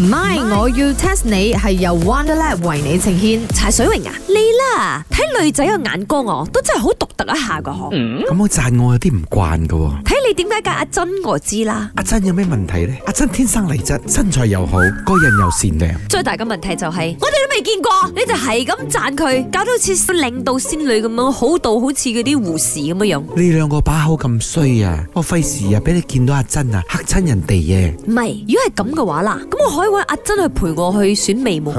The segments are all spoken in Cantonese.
唔係，我要 test 你係由 Wonderlab 為你呈獻。柴水榮啊，你啦，睇女仔嘅眼光哦，都真係好獨特一下噶嗬。咁我讚我有啲唔慣噶喎。睇你點解嫁阿珍我知啦。阿珍有咩問題呢？阿珍天生麗質，身材又好，個人又善良。最大嘅問題就係、我哋都未見過，你就係咁讚佢，搞到好似靚到仙女咁樣，好到好似嗰啲護士咁樣樣。你兩個把口咁衰啊！我費事啊，俾你見到阿珍啊，嚇親人哋啊！唔係，如果係咁嘅話啦，咁我可以揾阿珍去陪我去選美冇？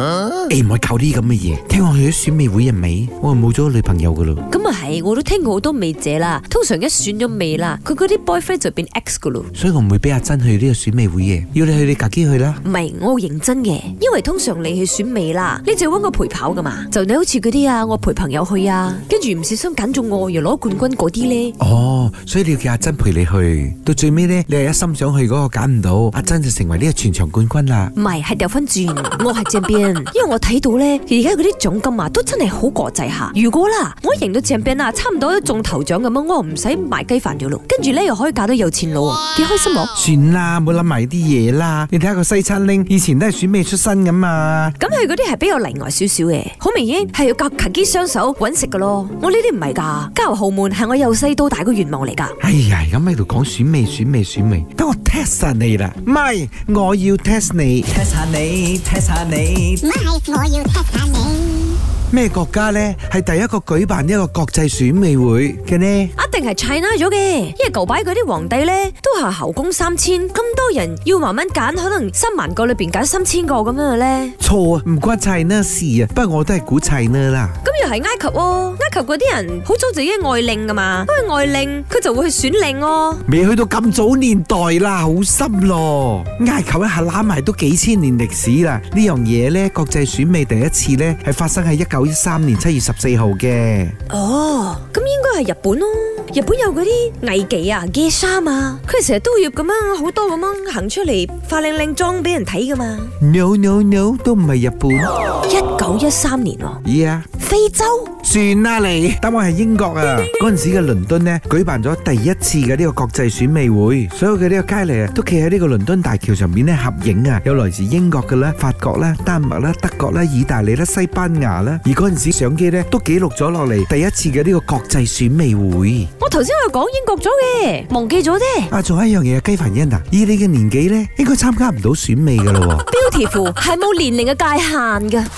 誒，唔好搞啲咁嘅嘢。聽講去咗選美會人尾，我又冇咗女朋友噶咯。咁啊係，我都聽過好多美姐啦，通常一選咗美啦，佢嗰啲 boyfriend 就變 ex 噶咯。所以我唔會俾阿珍去呢個選美會嘅。要你去，你自己去啦。唔係，我好認真嘅，因為通常你去選美啦，你就要揾個陪跑噶嘛，就你好似嗰啲啊，我陪朋友去啊，跟住唔小心揀中我，又攞冠軍嗰啲咧。哦，所以你要叫阿珍陪你去，到最尾呢，你係一心想去嗰個揀唔到，阿珍就成為呢個全場冠軍啦。唔係，係掉分轉， 我係正邊，因為我睇到咧，而家嗰啲獎金啊，都真係好國際下。如果啦，我贏到正邊啊，差唔多中頭獎咁樣，我唔使賣雞飯咗咯，跟住咧又可以嫁到有錢佬啊，幾開心喎！算啦，冇諗埋呢啲嘢啦。你睇下個西餐拎，以前都係選美出身噶嘛。咁佢嗰啲係比較例外少少嘅，好明顯係要靠勤機雙手揾食噶咯。我呢啲唔係㗎，家遊豪門係我由細到大嘅願望嚟㗎。哎呀，咁喺度講選美、選美、選美，等我 test 下你啦。唔係，我要 test 你。 test 下你，test 下你唔係，我要 test 下你。咩國家呢？係第一個舉辦呢一個國際選美會嘅呢？一定係 China 咗嘅，因為舊擺嗰啲皇帝咧都係後宮三千，咁多人要慢慢揀，可能三萬個裏邊揀三千個咁樣嘅咧。錯啊，唔關砌呢事啊，不過我都係估砌呢啦。咁又係埃及喎、埃及嗰啲人好早就已經愛令噶嘛，因為愛令佢就會去選令喎、未去到咁早年代啦，好深咯。埃及一下攬埋都幾千年歷史啦。呢樣嘢呢，國際選美第一次呢，係發生喺一九一三年七月十四號嘅。哦，咁應該係日本咯。日本有嗰啲藝妓啊、嘅衫啊，佢哋成日都要咁樣好多咁樣行出嚟，化靚靚妝俾人睇噶嘛。 No no no，都唔係日本。一九一三年喎、 Yeah。非洲算啦你，答案係英國 啊！嗰陣時嘅倫敦呢，舉辦咗第一次嘅呢個國際選美會，所有嘅呢個佳麗啊，都企喺呢個倫敦大橋上面呢合影啊，有來自英國嘅啦、法國啦、丹麥啦、德國啦、意大利啦、西班牙啦，而嗰陣時相機呢，都記錄咗落嚟第一次嘅呢個國際選美會。我頭先有講英國咗嘅，忘記咗啫。啊，仲有一樣嘢啊，雞凡欣啊，以你嘅年紀呢，應該參加唔到選美噶咯喎。 Beautiful 係冇年齡嘅界限噶。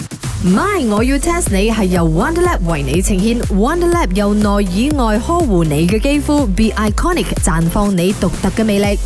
唔係，我要 test 你係由 Wonderlab 為你呈獻。Wonderlab 由內以外呵護你嘅肌膚，Be Iconic 綻放你獨特嘅魅力。